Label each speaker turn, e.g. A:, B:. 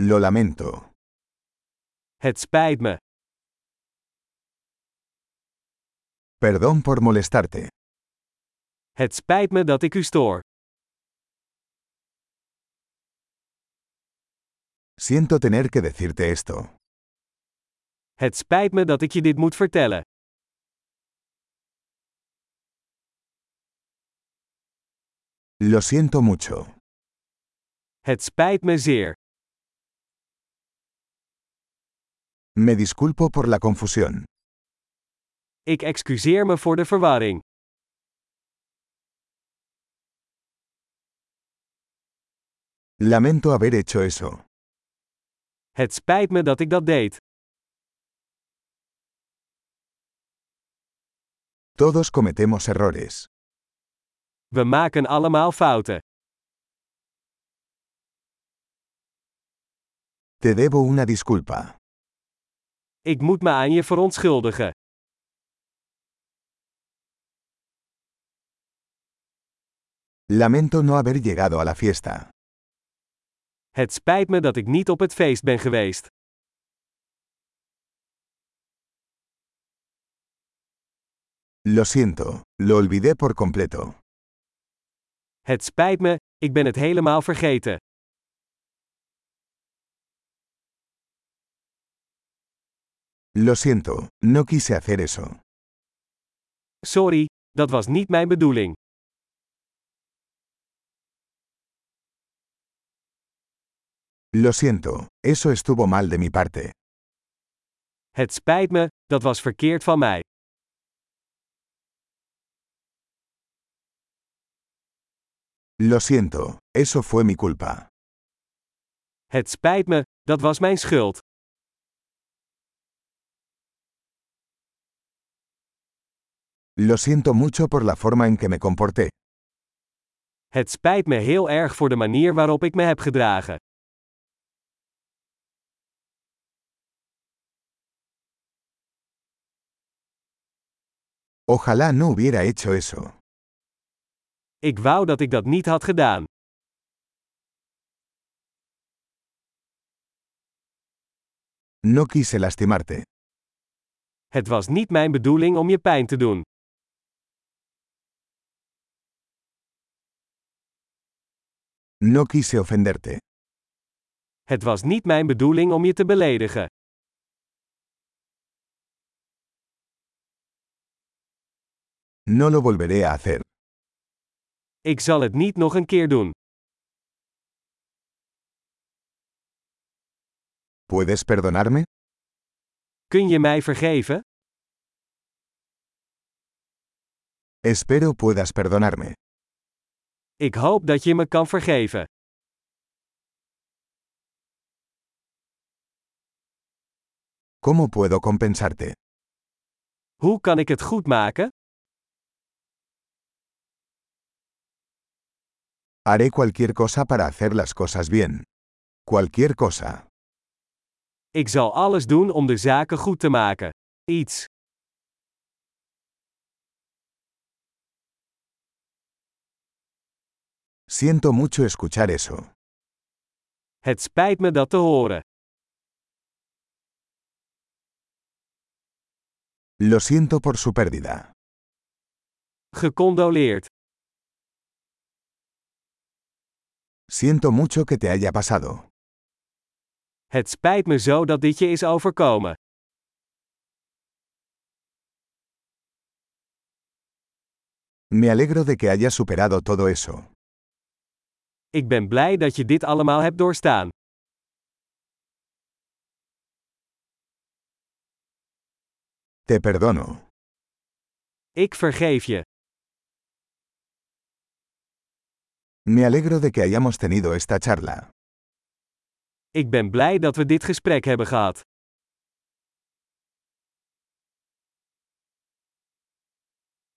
A: Lo lamento.
B: Het spijt me.
A: Perdón por molestarte.
B: Het spijt me dat ik u stoor.
A: Siento tener que decirte esto.
B: Het spijt me dat ik je dit moet vertellen.
A: Lo siento mucho.
B: Het spijt me zeer.
A: Me disculpo por la confusión.
B: Ik excuseer me voor de verwarring.
A: Lamento haber hecho eso.
B: Het spijt me dat ik dat deed.
A: Todos cometemos errores.
B: We maken allemaal fouten.
A: Te debo una disculpa.
B: Ik moet me aan je verontschuldigen.
A: Lamento no haber llegado a la fiesta.
B: Het spijt me dat ik niet op het feest ben geweest.
A: Lo siento, lo olvidé por completo.
B: Het spijt me, ik ben het helemaal vergeten.
A: Lo siento, no quise hacer eso.
B: Sorry, dat was niet mijn bedoeling.
A: Lo siento, eso estuvo mal de mi parte.
B: Het spijt me, dat was verkeerd van mij.
A: Lo siento, eso fue mi culpa.
B: Het spijt me, dat was mijn schuld.
A: Lo siento mucho por la forma en que me comporté.
B: Het spijt me heel erg voor de manier waarop ik me heb gedragen.
A: Ojalá no hubiera hecho eso.
B: Ik wou dat ik dat niet had gedaan.
A: No quise lastimarte.
B: Het was niet mijn bedoeling om je pijn te doen.
A: No quise ofenderte.
B: Het was niet mijn bedoeling om je te beledigen.
A: No lo volveré a hacer.
B: Ik zal het niet nog een keer doen.
A: ¿Puedes perdonarme?
B: Kun je mij vergeven?
A: Espero puedas perdonarme.
B: Ik hoop dat je me kan vergeven.
A: ¿Cómo puedo compensarte?
B: Hoe kan ik het goed maken?
A: Haré cualquier cosa para hacer las cosas bien. Cualquier cosa.
B: Ik zal alles doen om de zaken goed te maken. Iets.
A: Siento mucho escuchar eso.
B: Het spijt me dat te horen.
A: Lo siento por su pérdida.
B: Gecondoleerd.
A: Siento mucho que te haya pasado.
B: Het spijt me zo dat dit je is overkomen.
A: Me alegro de que hayas superado todo eso.
B: Ik ben blij dat je dit allemaal hebt doorstaan.
A: Te perdono.
B: Ik vergeef je.
A: Me alegro de que hayamos tenido esta charla.
B: Ik ben blij dat we dit gesprek hebben gehad.